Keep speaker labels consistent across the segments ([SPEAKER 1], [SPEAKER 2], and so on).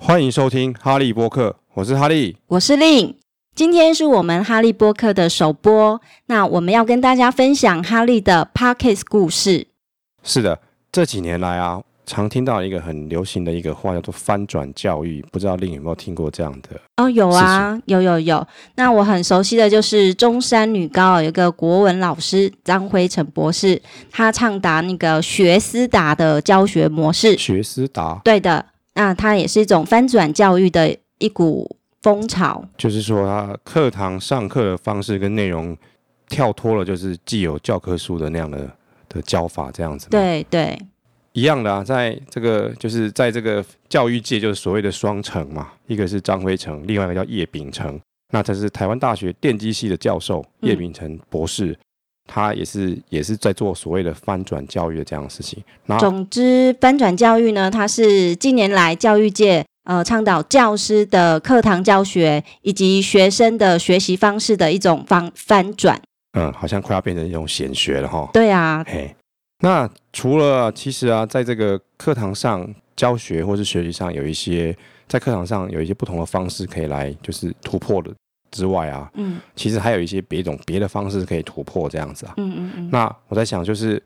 [SPEAKER 1] 欢迎收听《哈利波克》，我是哈利。
[SPEAKER 2] 我是令，今天是我们哈利波特的首播，那我们要跟大家分享哈利的 Pockets 故事。
[SPEAKER 1] 是的，这几年来啊，常听到一个很流行的一个话叫做“翻转教育”，不知道令有没有听过这样的？
[SPEAKER 2] 哦，有啊，有有有。那我很熟悉的就是中山女高有一个国文老师张辉成博士，他倡导那个学思达的教学模式。
[SPEAKER 1] 学思达，
[SPEAKER 2] 对的，那它也是一种翻转教育的一股风潮。
[SPEAKER 1] 就是说他课堂上课的方式跟内容跳脱了，就是既有教科书的那样的的教法这样子。，
[SPEAKER 2] 对对，
[SPEAKER 1] 一样的啊，在这个就是在这个教育界，就是所谓的双城嘛，一个是张辉成，另外一个叫叶秉成。那他是台湾大学电机系的教授
[SPEAKER 2] 嗯
[SPEAKER 1] 叶秉成博士，他也是也是在做所谓的翻转教育的这样的事情。然后
[SPEAKER 2] 总之，翻转教育呢，它是近年来教育界呃倡导教师的课堂教学以及学生的学习方式的一种方翻转。
[SPEAKER 1] 嗯，好像快要变成一种显学了哈。
[SPEAKER 2] 对啊，
[SPEAKER 1] 嘿，那除了其实啊，在这个课堂上教学或是学习上有一些在课堂上有一些不同的方式可以来就是突破的之外啊，
[SPEAKER 2] 嗯
[SPEAKER 1] 其实还有一些别种别的方式可以突破这样子啊。
[SPEAKER 2] 嗯嗯嗯，
[SPEAKER 1] 那我在想，就是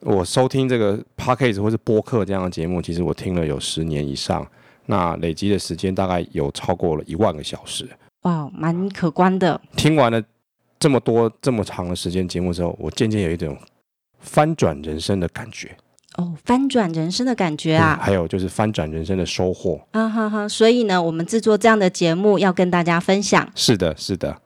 [SPEAKER 1] 我收听这个 p a c k a g e 或是播客这样的节目，其实我听了有十年以上，那累积的时间大概有超过了一万个小时。
[SPEAKER 2] 哇，蛮可观的。
[SPEAKER 1] 听完了这么多这么长的时间节目之后，我渐渐有一种翻转人生的感觉，
[SPEAKER 2] 哦，翻转人生的感觉
[SPEAKER 1] 嗯
[SPEAKER 2] 啊，
[SPEAKER 1] 还有就是翻转人生的收获。
[SPEAKER 2] 啊哈哈！所以呢，我们制作这样的节目要跟大家分享。
[SPEAKER 1] 是的，是的，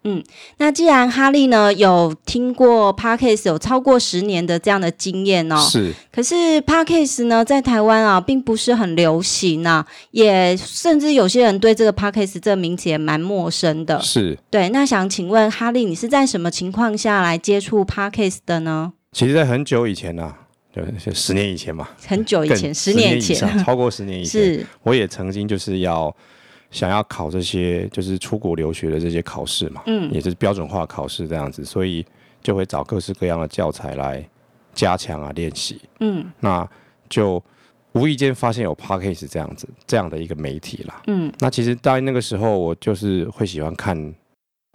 [SPEAKER 2] 那既然哈利呢有听过 Parkes 有超过十年的这样的经验哦，
[SPEAKER 1] 是
[SPEAKER 2] 可是 Podcast 呢，在台湾啊，并不是很流行啊，也甚至有些人对这个 Podcast 这个名词也蛮陌生的。
[SPEAKER 1] 是。
[SPEAKER 2] 对，那想请问哈利，你是在什么情况下来接触 Podcast 的呢？
[SPEAKER 1] 其实，在很久以前呢、啊，就是十年以前嘛，
[SPEAKER 2] 很久以
[SPEAKER 1] 更
[SPEAKER 2] 前，十
[SPEAKER 1] 十
[SPEAKER 2] 年
[SPEAKER 1] 以
[SPEAKER 2] 前，
[SPEAKER 1] 上，超过十年以前，
[SPEAKER 2] 是
[SPEAKER 1] 我也曾经就是要想要考这些就是出国留学的这些考试嘛，
[SPEAKER 2] 嗯
[SPEAKER 1] 也就是标准化考试这样子，所以就会找各式各样的教材来加强啊练习。
[SPEAKER 2] 嗯
[SPEAKER 1] 那就无意间发现有 Podcast 这样子这样的一个媒体啦。
[SPEAKER 2] 嗯
[SPEAKER 1] 那其实在那个时候，我就是会喜欢看，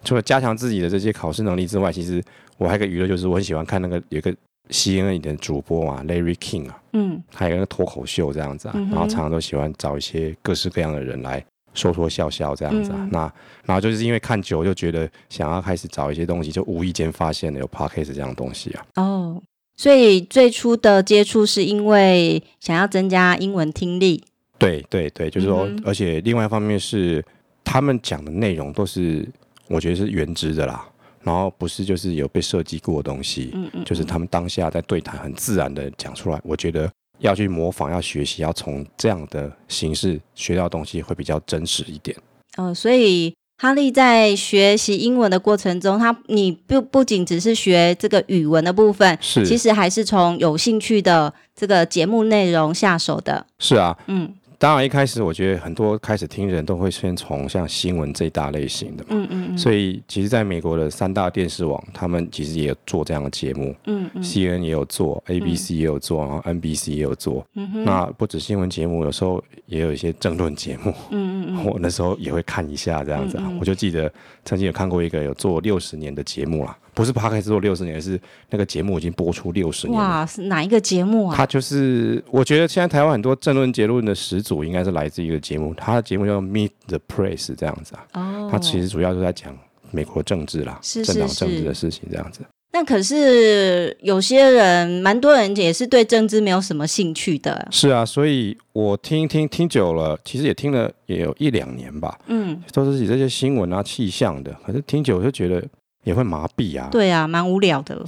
[SPEAKER 1] 除了加强自己的这些考试能力之外，其实我还有一个娱乐就是我很喜欢看那个有一个 CNN 的主播嘛，Larry King 啊。
[SPEAKER 2] 嗯
[SPEAKER 1] 还有那个脱口秀这样子啊，
[SPEAKER 2] 嗯哼
[SPEAKER 1] 然后常常都喜欢找一些各式各样的人来说说笑笑这样子啊。
[SPEAKER 2] 嗯
[SPEAKER 1] 那然后就是因为看久，就觉得想要开始找一些东西，就无意间发现了有 podcast 这样的东西啊。
[SPEAKER 2] 哦，所以最初的接触是因为想要增加英文听力。
[SPEAKER 1] 对对对，就是说，
[SPEAKER 2] 嗯哼
[SPEAKER 1] 而且另外一方面是他们讲的内容都是我觉得是原汁的啦，然后不是就是有被设计过的东西，
[SPEAKER 2] 嗯嗯，
[SPEAKER 1] 就是他们当下在对谈很自然的讲出来，我觉得。要去模仿，要学习，要从这样的形式学到的东西会比较真实一点。
[SPEAKER 2] 哦，所以哈利在学习英文的过程中，他你不不仅只是学这个语文的部分，
[SPEAKER 1] 是，
[SPEAKER 2] 其实还是从有兴趣的这个节目内容下手的。
[SPEAKER 1] 是啊，
[SPEAKER 2] 嗯
[SPEAKER 1] 当然一开始我觉得很多开始听的人都会先从像新闻这一大类型的嘛，
[SPEAKER 2] 嗯嗯嗯，
[SPEAKER 1] 所以其实在美国的三大电视网，他们其实也有做这样的节目。
[SPEAKER 2] 嗯嗯
[SPEAKER 1] C N 也有做，ABC 也有做，然后 N B C 也有做。
[SPEAKER 2] 嗯哼
[SPEAKER 1] 那不止新闻节目，有时候也有一些政论节目。
[SPEAKER 2] 嗯嗯嗯，
[SPEAKER 1] 我那时候也会看一下这样子啊。
[SPEAKER 2] 嗯嗯
[SPEAKER 1] 我就记得曾经有看过一个有做六十年的节目啦，不是 p 开始做六十年，而是那个节目已经播出六十年了。
[SPEAKER 2] 哇，是哪一个节目啊？
[SPEAKER 1] 他就是，我觉得现在台湾很多政论结论的始祖应该是来自一个节目，他的节目叫 Meet the Press 这样子啊，
[SPEAKER 2] 哦，
[SPEAKER 1] 他其实主要就在讲美国政治啦，
[SPEAKER 2] 是
[SPEAKER 1] 政党
[SPEAKER 2] 是
[SPEAKER 1] 政治
[SPEAKER 2] 是
[SPEAKER 1] 的事情这样子。
[SPEAKER 2] 那可是有些人，蛮多人也是对政治没有什么兴趣的。
[SPEAKER 1] 是啊，所以我听一听听久了，其实也听了也有一两年吧，
[SPEAKER 2] 嗯，
[SPEAKER 1] 都是以这些新闻啊气象的，可是听久了就觉得也会麻痹啊，
[SPEAKER 2] 对啊，蛮无聊的。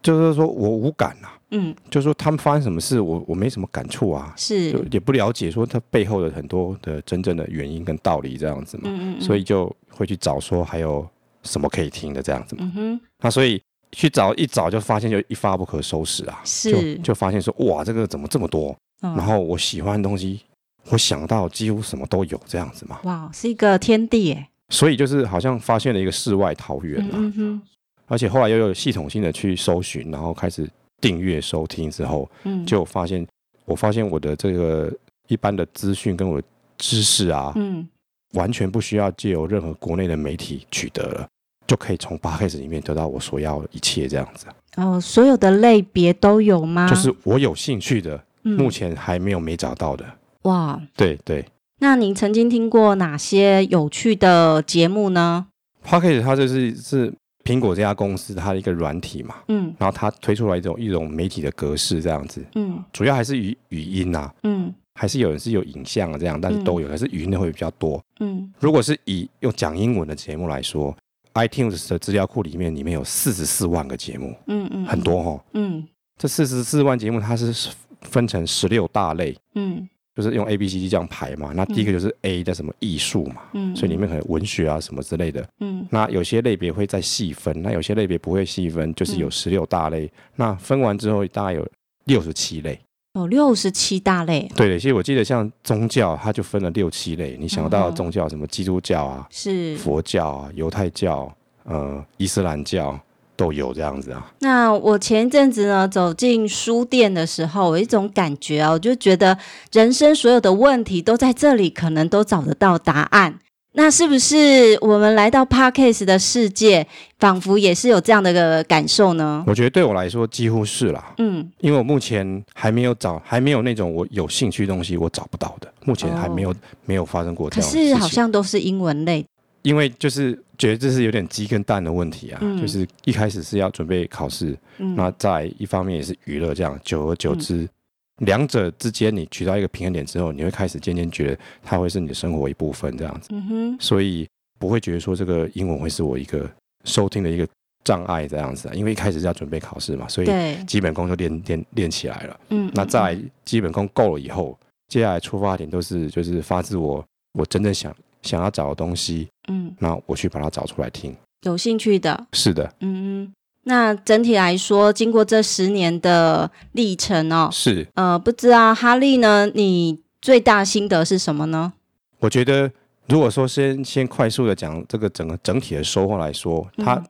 [SPEAKER 1] 就是说我无感啊，
[SPEAKER 2] 嗯，
[SPEAKER 1] 就是说他们发生什么事，我我没什么感触啊，
[SPEAKER 2] 是，
[SPEAKER 1] 就也不了解说它背后的很多的真正的原因跟道理这样子嘛。
[SPEAKER 2] 嗯嗯，嗯
[SPEAKER 1] 所以，就会去找说还有什么可以听的这样子嘛。
[SPEAKER 2] 嗯哼，，
[SPEAKER 1] 那所以去找一找就发现就一发不可收拾啊，就是就发现说哇这个怎么这么多？然
[SPEAKER 2] 然
[SPEAKER 1] 后我喜欢的东西，我想到几乎什么都有这样子嘛。
[SPEAKER 2] 哇，是一个天地耶。
[SPEAKER 1] 所以就是好像发现了一个世外桃源
[SPEAKER 2] 嗯
[SPEAKER 1] 啊，
[SPEAKER 2] 嗯哼，
[SPEAKER 1] 而且后来又有系统性的去搜寻，然后开始订阅收听之后，
[SPEAKER 2] 嗯，
[SPEAKER 1] 就发现我发现我的这个一般的资讯跟我知识啊，
[SPEAKER 2] 嗯，
[SPEAKER 1] 完全不需要借由任何国内的媒体取得了，就可以从 p o d c a s 里面得到我所要的一切，这样子、
[SPEAKER 2] 哦，所有的类别都有吗？
[SPEAKER 1] 就是我有兴趣的，目
[SPEAKER 2] 啊嗯，
[SPEAKER 1] 前还没有没找到的。
[SPEAKER 2] 哇，
[SPEAKER 1] 对对
[SPEAKER 2] 那您曾经听过哪些有趣的节目呢？
[SPEAKER 1] p o d c a s 它就是是苹果这家公司它的一个软体嘛，
[SPEAKER 2] 嗯
[SPEAKER 1] 然后它推出来一种一种媒体的格式这样子，
[SPEAKER 2] 嗯
[SPEAKER 1] 主要还是语语音啊，
[SPEAKER 2] 嗯
[SPEAKER 1] 还是有人是有影像啊这样，但是都有，可是语音的会比较多。
[SPEAKER 2] 嗯，
[SPEAKER 1] 如果是以用讲英文的节目来说，iTunes 的资料库里面里面有四十四万个节目，
[SPEAKER 2] 嗯嗯，
[SPEAKER 1] 很，多哦哈。
[SPEAKER 2] 嗯
[SPEAKER 1] 这四十四万节目它是分成十六大类，
[SPEAKER 2] 嗯
[SPEAKER 1] 就是用 A、B、C、D 这样排嘛。那第一个就是 A 的什么艺术嘛，
[SPEAKER 2] 嗯，
[SPEAKER 1] 所以里面可能文学啊什么之类的。
[SPEAKER 2] 嗯
[SPEAKER 1] 那有些类别会再细分，那有些类别不会细分，就是有
[SPEAKER 2] 嗯
[SPEAKER 1] 十六大类。那分完之后大概有六十七类。
[SPEAKER 2] 有六十七大类，
[SPEAKER 1] 对其实我记得像宗教，它就分了六七类。你想到的
[SPEAKER 2] 嗯哼
[SPEAKER 1] 宗教，什么基督教啊、
[SPEAKER 2] 是。
[SPEAKER 1] 佛教啊、犹太教、呃、伊斯兰教都有这样子啊。
[SPEAKER 2] 那我前一阵子呢走进书店的时候，有一种感觉啊，我就觉得人生所有的问题都在这里，可能都找得到答案。那是不是我们来到 Parkes 的世界，仿佛也是有这样的一个感受呢？
[SPEAKER 1] 我觉得对我来说几乎是啦，
[SPEAKER 2] 嗯，
[SPEAKER 1] 因为我目前还没有找，还没有那种我有兴趣的东西我找不到的，目前还没有、没有发生过这
[SPEAKER 2] 哦可
[SPEAKER 1] 样的事情。
[SPEAKER 2] 是好像都是英文类。
[SPEAKER 1] 因为就是觉得这是有点鸡跟蛋的问题啊，
[SPEAKER 2] 嗯
[SPEAKER 1] 就是一开始是要准备考试，
[SPEAKER 2] 嗯，
[SPEAKER 1] 那在一方面也是娱乐，这样久而久之，两者之间你取到一个平衡点之后，你会开始渐渐觉得它会是你的生活一部分这样子，
[SPEAKER 2] 嗯哼，
[SPEAKER 1] 所以不会觉得说这个英文会是我一个收听的一个障碍这样子啊，因为一开始是要准备考试嘛，所以
[SPEAKER 2] 对，
[SPEAKER 1] 基本功就练练练起来了。
[SPEAKER 2] 嗯，
[SPEAKER 1] 那
[SPEAKER 2] 嗯
[SPEAKER 1] 在基本功够了以后，接下来出发点都是就是发自我我真正想想要找的东西，
[SPEAKER 2] 嗯，
[SPEAKER 1] 那我去把它找出来听。
[SPEAKER 2] 有兴趣的，
[SPEAKER 1] 是的，
[SPEAKER 2] 嗯嗯。那整体来说，经过这十年的历程哦，
[SPEAKER 1] 是
[SPEAKER 2] 呃，不知道哈利呢，你最大心得是什么呢？
[SPEAKER 1] 我觉得，如果说先先快速的讲这个整个整体的收获来说，它
[SPEAKER 2] 嗯、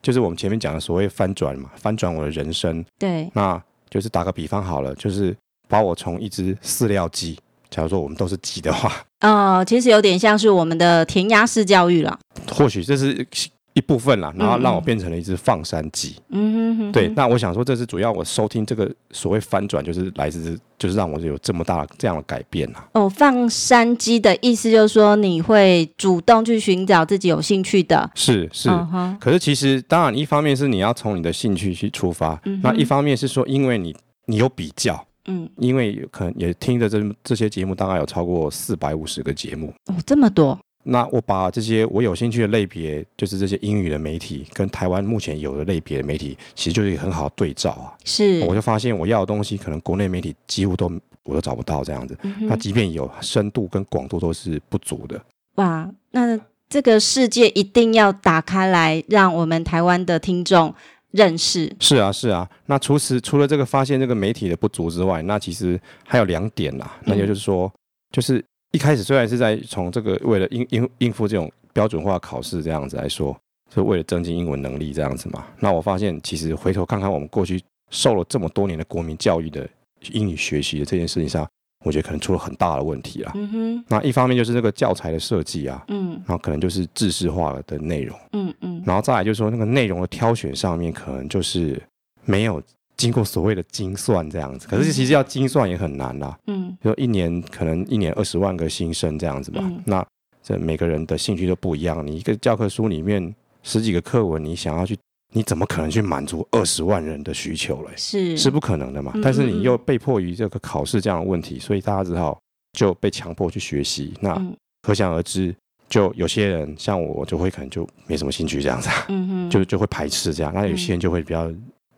[SPEAKER 1] 就是我们前面讲的所谓翻转嘛，翻转我的人生。
[SPEAKER 2] 对，
[SPEAKER 1] 那就是打个比方好了，就是把我从一只饲料鸡，假如说我们都是鸡的话，
[SPEAKER 2] 呃，其实有点像是我们的填鸭式教育了。
[SPEAKER 1] 或许这是一部分啦，然后让我
[SPEAKER 2] 嗯嗯
[SPEAKER 1] 变成了一只放山鸡。
[SPEAKER 2] 嗯哼哼哼
[SPEAKER 1] 对，那我想说，这是主要我收听这个所谓翻转，就是来自就是让我有这么大这样的改变啊。
[SPEAKER 2] 哦，放山鸡的意思就是说你会主动去寻找自己有兴趣的，
[SPEAKER 1] 是是。
[SPEAKER 2] 嗯哼，
[SPEAKER 1] 可是其实，当然，一方面是你要从你的兴趣去出发，
[SPEAKER 2] 嗯哼
[SPEAKER 1] 那一方面是说，因为你你有比较，
[SPEAKER 2] 嗯，
[SPEAKER 1] 因为可能也听着这这些节目，大概有超过四百五十个节目。
[SPEAKER 2] 哦，这么多，
[SPEAKER 1] 那我把这些我有兴趣的类别，就是这些英语的媒体跟台湾目前有的类别的媒体，其实就是一个很好的对照啊。
[SPEAKER 2] 是，
[SPEAKER 1] 我就发现我要的东西，可能国内媒体几乎都我都找不到这样子。
[SPEAKER 2] 嗯哼
[SPEAKER 1] 那即便有深度跟广度都是不足的。
[SPEAKER 2] 哇，那这个世界一定要打开来，让我们台湾的听众认识。
[SPEAKER 1] 是啊，是啊。那除此除了这个发现这个媒体的不足之外，那其实还有两点啦。
[SPEAKER 2] 嗯
[SPEAKER 1] 那也就是说，就是一开始虽然是在从这个为了应应应付这种标准化考试这样子来说，是为了增进英文能力这样子嘛。那我发现其实回头看看我们过去受了这么多年的国民教育的英语学习的这件事情上，我觉得可能出了很大的问题啊。
[SPEAKER 2] 嗯哼，
[SPEAKER 1] 那一方面就是这个教材的设计啊，
[SPEAKER 2] 嗯
[SPEAKER 1] 然后可能就是知识化了的内容。
[SPEAKER 2] 嗯嗯，
[SPEAKER 1] 然后再来就是说那个内容的挑选上面，可能就是没有经过所谓的精算这样子。可是其实要精算也很难啦，
[SPEAKER 2] 嗯
[SPEAKER 1] 就一年可能一年二十万个新生这样子吧。
[SPEAKER 2] 嗯
[SPEAKER 1] 那这每个人的兴趣都不一样，你一个教科书里面十几个课文，你想要去，你怎么可能去满足二十万人的需求嘞？
[SPEAKER 2] 是
[SPEAKER 1] 是不可能的嘛
[SPEAKER 2] 嗯。
[SPEAKER 1] 但是
[SPEAKER 2] 嗯嗯
[SPEAKER 1] 你又被迫于这个考试这样的问题，所以大家只好就被强迫去学习。那
[SPEAKER 2] 嗯
[SPEAKER 1] 可想而知，就有些人像我，就会可能就没什么兴趣这样子啊。
[SPEAKER 2] 嗯哼，
[SPEAKER 1] 就就会排斥这样。那有些人就会比较、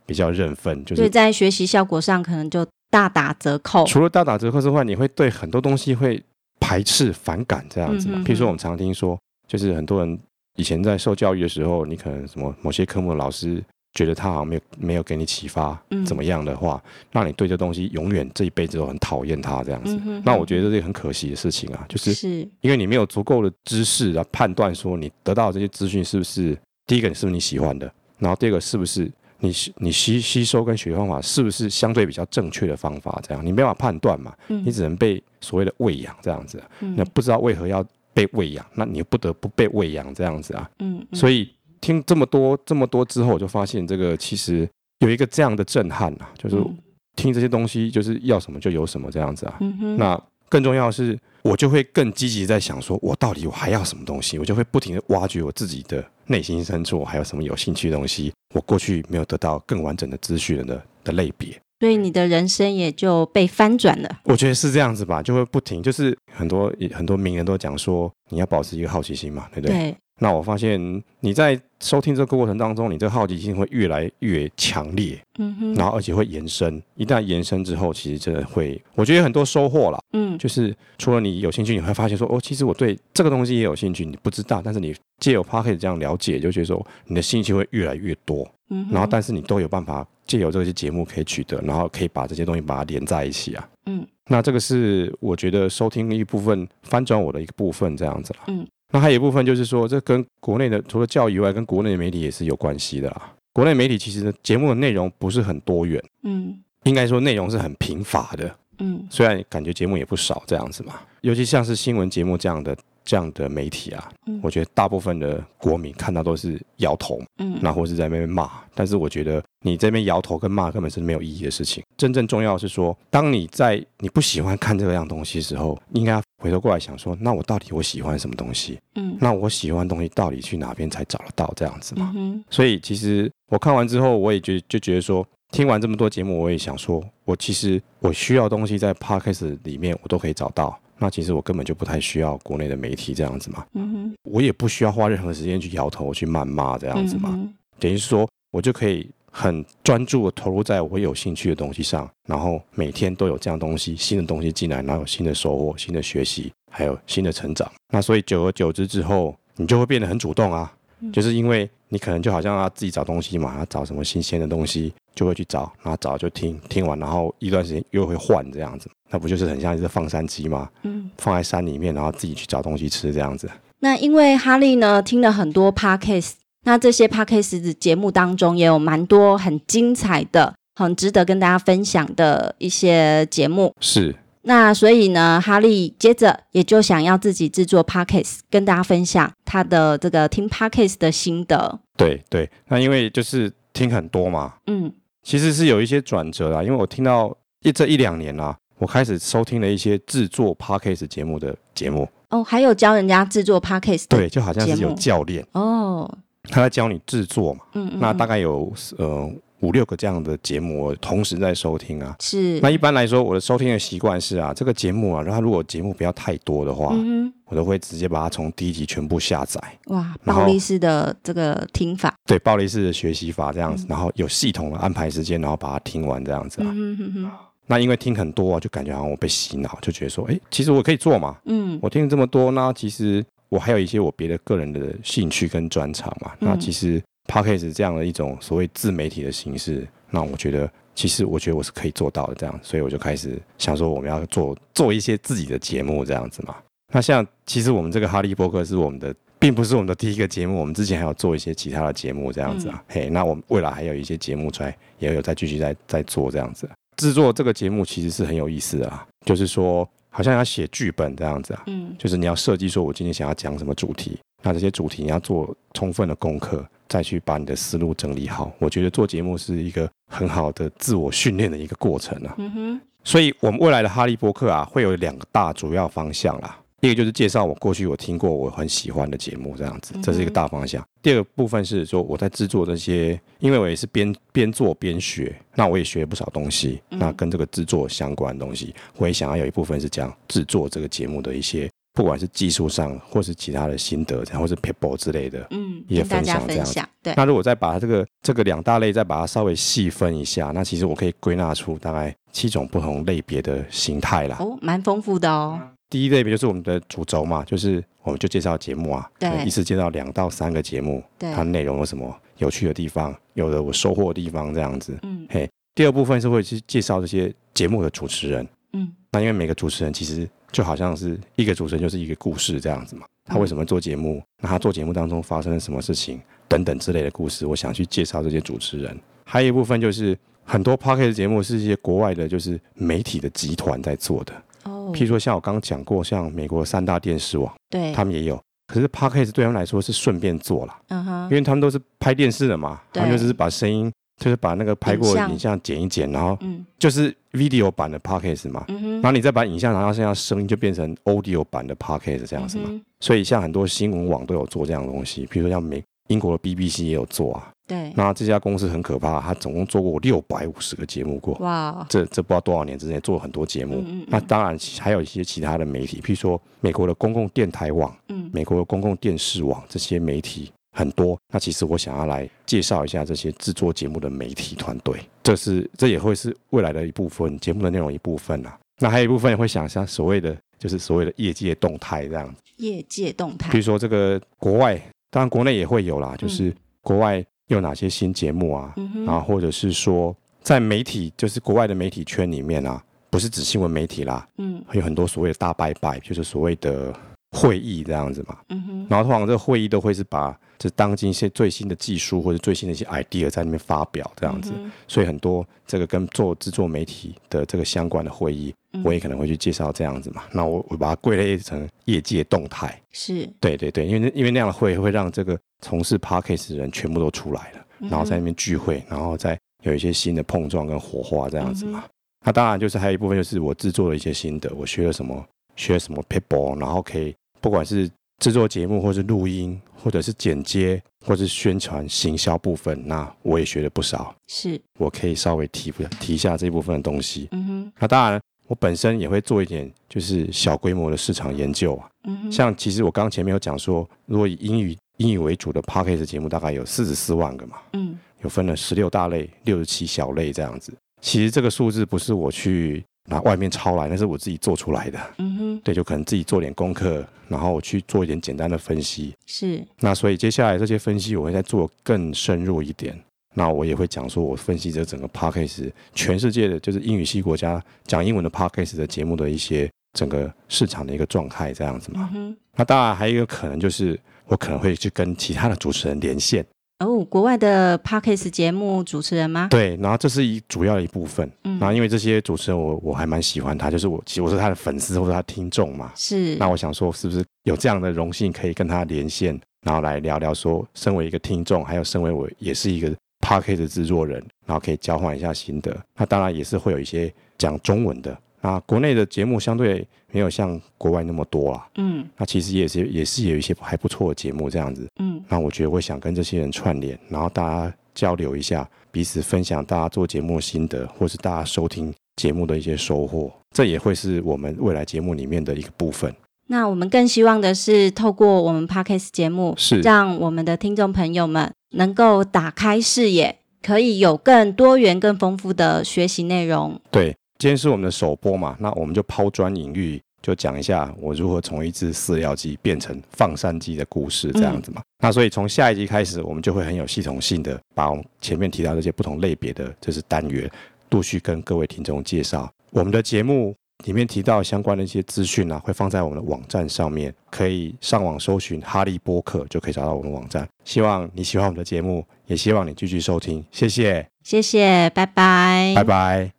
[SPEAKER 1] 比较认份，就
[SPEAKER 2] 所以
[SPEAKER 1] 是
[SPEAKER 2] 在学习效果上可能就大打折扣。
[SPEAKER 1] 除了大打折扣之外，你会对很多东西会排斥、反感这样子嘛。
[SPEAKER 2] 嗯哼
[SPEAKER 1] 譬如说，我们常听说，就是很多人以前在受教育的时候，你可能什么某些科目的老师。觉得他好像没有没有给你启发
[SPEAKER 2] 嗯，
[SPEAKER 1] 怎么样的话，让你对这东西永远这一辈子都很讨厌它这样子。
[SPEAKER 2] 嗯哼
[SPEAKER 1] 那我觉得这是很可惜的事情啊，就是
[SPEAKER 2] 是
[SPEAKER 1] 因为你没有足够的知识来判断说你得到的这些资讯是不是第一个是不是你喜欢的，然后第二个是不是你吸你吸吸收跟学习方法是不是相对比较正确的方法，这样你没办法判断嘛，
[SPEAKER 2] 嗯
[SPEAKER 1] 你只能被所谓的喂养这样子。啊那
[SPEAKER 2] 嗯
[SPEAKER 1] 不知道为何要被喂养，那你又不得不被喂养这样子啊。
[SPEAKER 2] 嗯，嗯
[SPEAKER 1] 所以听这么多这么多之后，我就发现这个其实有一个这样的震撼啊，就是
[SPEAKER 2] 嗯
[SPEAKER 1] 听这些东西就是要什么就有什么这样子啊。
[SPEAKER 2] 嗯哼，
[SPEAKER 1] 那更重要的是，我就会更积极地在想说，我到底我还要什么东西？我就会不停的挖掘我自己的内心深处，我还有什么有兴趣的东西，我过去没有得到更完整的资讯的的类别。
[SPEAKER 2] 所以你的人生也就被翻转了。
[SPEAKER 1] 我觉得是这样子吧，就会不停，就是很多很多名人都讲说，你要保持一个好奇心嘛，对不对？
[SPEAKER 2] 对，
[SPEAKER 1] 那我发现你在收听这个过程当中，你这个好奇心会越来越强烈，
[SPEAKER 2] 嗯
[SPEAKER 1] 然
[SPEAKER 2] 哼，
[SPEAKER 1] 后而且会延伸。一旦延伸之后，其实真的会，我觉得有很多收获啦。
[SPEAKER 2] 嗯，
[SPEAKER 1] 就是除了你有兴趣，你会发现说，哦，其实我对这个东西也有兴趣，你不知道，但是你借由 p o c k e t 这样了解，就觉得说你的兴趣会越来越多。
[SPEAKER 2] 嗯哼
[SPEAKER 1] 然后，但是你都有办法借由这些节目可以取得，然后可以把这些东西把它连在一起啊。
[SPEAKER 2] 嗯，
[SPEAKER 1] 那这个是我觉得收听一部分翻转我的一个部分这样子啦。
[SPEAKER 2] 嗯，
[SPEAKER 1] 那还有一部分就是说，这跟国内的除了教育以外，跟国内的媒体也是有关系的啦。国内媒体其实呢节目的内容不是很多元，
[SPEAKER 2] 嗯
[SPEAKER 1] 应该说内容是很贫乏的，
[SPEAKER 2] 嗯
[SPEAKER 1] 虽然感觉节目也不少这样子嘛。尤其像是新闻节目这样的这样的媒体啊，
[SPEAKER 2] 嗯，
[SPEAKER 1] 我觉得大部分的国民看到都是摇头
[SPEAKER 2] 嗯
[SPEAKER 1] 那或是在那边骂。但是我觉得你这边摇头跟骂根本是没有意义的事情。真正重要的是说，当你在你不喜欢看这样东西的时候，应该回头过来想说，那我到底我喜欢什么东西？
[SPEAKER 2] 嗯
[SPEAKER 1] 那我喜欢的东西到底去哪边才找得到？这样子嘛。
[SPEAKER 2] 嗯哼
[SPEAKER 1] 所以其实我看完之后，我也觉就觉得说，听完这么多节目，我也想说，我其实我需要的东西在 podcast 里面我都可以找到。那其实我根本就不太需要国内的媒体这样子嘛，
[SPEAKER 2] 嗯哼，
[SPEAKER 1] 我也不需要花任何时间去摇头去谩骂这
[SPEAKER 2] 这
[SPEAKER 1] 样子嘛。等于是说我就可以很专注的投入在我有兴趣的东西上，然后每天都有这样东西新的东西进来，然后有新的收获、新的学习，还有新的成长。那所以久而久之之后，你就会变得很主动啊，
[SPEAKER 2] 嗯
[SPEAKER 1] 就是因为你可能就好像要自己找东西嘛，要找什么新鲜的东西就会去找，然后找就听，听完然后一段时间又会换这样子，那不就是很像一只放山鸡吗？
[SPEAKER 2] 嗯。
[SPEAKER 1] 放在山里面，然后自己去找东西吃这样子。
[SPEAKER 2] 那因为哈利呢听了很多 podcast，那这些 podcast 的节目当中也有蛮多很精彩的、很值得跟大家分享的一些节目。
[SPEAKER 1] 是，
[SPEAKER 2] 那所以呢，哈利接着也就想要自己制作 podcast，跟大家分享他的这个听 podcast 的心得。
[SPEAKER 1] 对对。那因为就是听很多嘛，
[SPEAKER 2] 嗯
[SPEAKER 1] 其实是有一些转折啦，因为我听到一这一两年啦、我开始收听了一些制作 podcast 节目的节目，
[SPEAKER 2] 哦，还有教人家制作 podcast 的
[SPEAKER 1] 对，就好像是
[SPEAKER 2] 节目
[SPEAKER 1] 有教练，
[SPEAKER 2] 哦，
[SPEAKER 1] 他在教你制作嘛。
[SPEAKER 2] 嗯嗯，
[SPEAKER 1] 那大
[SPEAKER 2] 嗯
[SPEAKER 1] 概有呃五六个这样的节目，我同时在收听啊。
[SPEAKER 2] 是
[SPEAKER 1] 那一般来说，我的收听的习惯是啊，这个节目啊，然后如果节目不要太多的话，
[SPEAKER 2] 嗯
[SPEAKER 1] 我都会直接把它从第一集全部下载。
[SPEAKER 2] 哼，哇，
[SPEAKER 1] 然
[SPEAKER 2] 暴
[SPEAKER 1] 后
[SPEAKER 2] 力式的这个听法，
[SPEAKER 1] 对暴力式的学习法这样子，然后有系统的安排时间，然后把它听完这样子啊。
[SPEAKER 2] 嗯哼哼哼，
[SPEAKER 1] 那因为听很多啊，就感觉好像我被洗脑，就觉得说，哎，其实我可以做嘛，
[SPEAKER 2] 嗯
[SPEAKER 1] 我听了这么多，那其实我还有一些我别的个人的兴趣跟专长嘛。
[SPEAKER 2] 嗯
[SPEAKER 1] 那其实 podcast 这样的一种所谓自媒体的形式，那我觉得其实我觉得我是可以做到的，这样，所以我就开始想说我们要做做一些自己的节目这样子嘛。那像其实我们这个哈利波特是我们的。并不是我们的第一个节目，我们之前还有做一些其他的节目这样子
[SPEAKER 2] 嗯
[SPEAKER 1] 啊，嘿，那我们未来还有一些节目出来，也有再继续再再做这样子。制作这个节目其实是很有意思的啊，就是说好像要写剧本这样子啊，
[SPEAKER 2] 嗯
[SPEAKER 1] 就是你要设计说我今天想要讲什么主题，那这些主题你要做充分的功课，再去把你的思路整理好。我觉得做节目是一个很好的自我训练的一个过程啊。
[SPEAKER 2] 嗯哼，
[SPEAKER 1] 所以，我们未来的哈利波特啊，会有两个大主要方向啦。第一个就是介绍我过去我听过我很喜欢的节目，这样子
[SPEAKER 2] 嗯哼，
[SPEAKER 1] 这是一个大方向。第二个部分是说我在制作这些，因为我也是边边做边学，那我也学了不少东西，
[SPEAKER 2] 嗯
[SPEAKER 1] 那跟这个制作相关的东西，我也想要有一部分是讲制作这个节目的一些，不管是技术上或是其他的心得，然后是 people 之类的。
[SPEAKER 2] 嗯，
[SPEAKER 1] 也
[SPEAKER 2] 跟大
[SPEAKER 1] 分
[SPEAKER 2] 家
[SPEAKER 1] 享这
[SPEAKER 2] 分
[SPEAKER 1] 样子
[SPEAKER 2] 享，对，
[SPEAKER 1] 那如果再把这个这个两大类再把它稍微细分一下，那其实我可以归纳出大概七种不同类别的形态啦。
[SPEAKER 2] 哦，蛮丰富的哦，
[SPEAKER 1] 第一类别就是我们的主轴嘛，就是我们就介绍节目啊，
[SPEAKER 2] 对
[SPEAKER 1] 可能一次介绍两到三个节目，
[SPEAKER 2] 对，
[SPEAKER 1] 它内容有什么有趣的地方，有的我收获的地方这样子。
[SPEAKER 2] 嗯
[SPEAKER 1] 第二部分是会去介绍这些节目的主持人，
[SPEAKER 2] 嗯
[SPEAKER 1] 那因为每个主持人其实就好像是一个主持人就是一个故事这样子嘛，他为什么做节目，那他做节目当中发生了什么事情等等之类的故事，我想去介绍这些主持人。还有一部分就是很多 p o c k e t 节目是一些国外的，就是媒体的集团在做的，
[SPEAKER 2] 哦，
[SPEAKER 1] 譬如说像我刚刚讲过，像美国三大电视网，
[SPEAKER 2] 对，
[SPEAKER 1] 他们也有。可是 podcast 对他们来说是顺便做啦，
[SPEAKER 2] 嗯
[SPEAKER 1] 因
[SPEAKER 2] 哼，
[SPEAKER 1] 为他们都是拍电视的嘛，
[SPEAKER 2] 对
[SPEAKER 1] 他们就只是把声音，就是把那个拍
[SPEAKER 2] 影
[SPEAKER 1] 过的
[SPEAKER 2] 像
[SPEAKER 1] 影像剪一剪，然后
[SPEAKER 2] 嗯
[SPEAKER 1] 就是 video 版的 podcast 嘛，
[SPEAKER 2] 嗯
[SPEAKER 1] 然
[SPEAKER 2] 哼，
[SPEAKER 1] 后你再把影像拿到现在声音就变成 audio 版的 podcast 这样子嘛。
[SPEAKER 2] 嗯哼
[SPEAKER 1] 所以像很多新闻网都有做这样的东西，比如说像美英国的 BBC 也有做啊。
[SPEAKER 2] 对，
[SPEAKER 1] 那这家公司很可怕，它总共做过六百五十个节目过，
[SPEAKER 2] 哇，哦
[SPEAKER 1] 这这不知道多少年之内做了很多节目。
[SPEAKER 2] 嗯嗯嗯
[SPEAKER 1] 那当然还有一些其他的媒体，譬如说美国的公共电台网、
[SPEAKER 2] 嗯，
[SPEAKER 1] 美国的公共电视网这些媒体很多。那其实我想要来介绍一下这些制作节目的媒体团队，这是这也会是未来的一部分节目的内容一部分啦、那还有一部分会想像所谓的就是所谓的业界动态这样子
[SPEAKER 2] 业界动态
[SPEAKER 1] 比如，说这个国外，当然国内也会有啦，就是国外有哪些新节目啊，
[SPEAKER 2] 嗯嗯哼，
[SPEAKER 1] 然后或者是说在媒体，就是国外的媒体圈里面啊，不是指新闻媒体啦，
[SPEAKER 2] 嗯
[SPEAKER 1] 还有很多所谓的大拜拜，就是所谓的会议这样子嘛。
[SPEAKER 2] 嗯哼，
[SPEAKER 1] 然后通常这个会议都会是把这当今一些最新的技术或者最新的一些 idea 在那边发表这样子，
[SPEAKER 2] 嗯
[SPEAKER 1] 所以很多这个跟做制作媒体的这个相关的会议，
[SPEAKER 2] 哼
[SPEAKER 1] 我也
[SPEAKER 2] 嗯
[SPEAKER 1] 可能会去介绍这样子嘛。那我我把它归类成业界动态。
[SPEAKER 2] 是，
[SPEAKER 1] 对对对，因为那因为那样的会会让这个从事 podcast 的人全部都出来了，
[SPEAKER 2] 嗯哼
[SPEAKER 1] 然后在那边聚会，然后再有一些新的碰撞跟火花这样子
[SPEAKER 2] 嗯
[SPEAKER 1] 嘛。那当然就是还有一部分就是我制作的一些心得，我学了什么，学了什么 people，然后可以不管是制作节目，或是录音，或者是剪接，或是宣传行销部分，那我也学了不少，
[SPEAKER 2] 是，
[SPEAKER 1] 我可以稍微提提一下这部分的东西。
[SPEAKER 2] 嗯哼，
[SPEAKER 1] 那当然，我本身也会做一点就是小规模的市场研究啊。
[SPEAKER 2] 嗯哼，
[SPEAKER 1] 像其实我刚刚前面有讲说，如果以英语英语为主的 p a c k a g e 节目，大概有四十四万个嘛，
[SPEAKER 2] 嗯
[SPEAKER 1] 有分了十六大类、六十七小类这样子。其实这个数字不是我去拿外面抄来，那是我自己做出来的。
[SPEAKER 2] 嗯哼，
[SPEAKER 1] 对，就可能自己做点功课，然后我去做一点简单的分析。
[SPEAKER 2] 是，
[SPEAKER 1] 那所以接下来这些分析我会再做更深入一点。那我也会讲说，我分析这整个 p a c k a g e 全世界的就是英语系国家讲英文的 p a c k a g e 的节目的一些整个市场的一个状态这样子嘛。
[SPEAKER 2] 嗯哼，
[SPEAKER 1] 那当然还有一个可能就是，我可能会去跟其他的主持人连线，
[SPEAKER 2] 哦，国外的 podcast 节目主持人吗？
[SPEAKER 1] 对，然后这是一主要的一部分。
[SPEAKER 2] 嗯，
[SPEAKER 1] 然后因为这些主持人我我还蛮喜欢他，就是我其实我是他的粉丝或者他的听众嘛，
[SPEAKER 2] 是，
[SPEAKER 1] 那我想说是不是有这样的荣幸可以跟他连线，然后来聊聊说，身为一个听众，还有身为我也是一个 p a r k e t 的制作人，然后可以交换一下心得。那当然也是会有一些讲中文的，那国内的节目相对没有像国外那么多啦。
[SPEAKER 2] 嗯
[SPEAKER 1] 那其实也是也是有一些还不错的节目这样子，
[SPEAKER 2] 嗯
[SPEAKER 1] 那我觉得我想跟这些人串联，然后大家交流一下，彼此分享大家做节目的心得，或是大家收听节目的一些收获，这也会是我们未来节目里面的一个部分。
[SPEAKER 2] 那我们更希望的是，透过我们 podcast 节目，
[SPEAKER 1] 是
[SPEAKER 2] 让我们的听众朋友们能够打开视野，可以有更多元、更丰富的学习内容。
[SPEAKER 1] 对，今天是我们的首播嘛，那我们就抛砖引玉，就讲一下我如何从一只饲料鸡变成放山鸡的故事，这样子嘛。那所以从下一集开始，我们就会很有系统性的把我们前面提到这些不同类别的就是单元，陆续跟各位听众介绍我们的节目。里面提到相关的一些资讯啊，会放在我们的网站上面，可以上网搜寻“哈利波特”就可以找到我们的网站。希望你喜欢我们的节目，也希望你继续收听，谢谢，
[SPEAKER 2] 谢谢，拜拜，
[SPEAKER 1] 拜拜。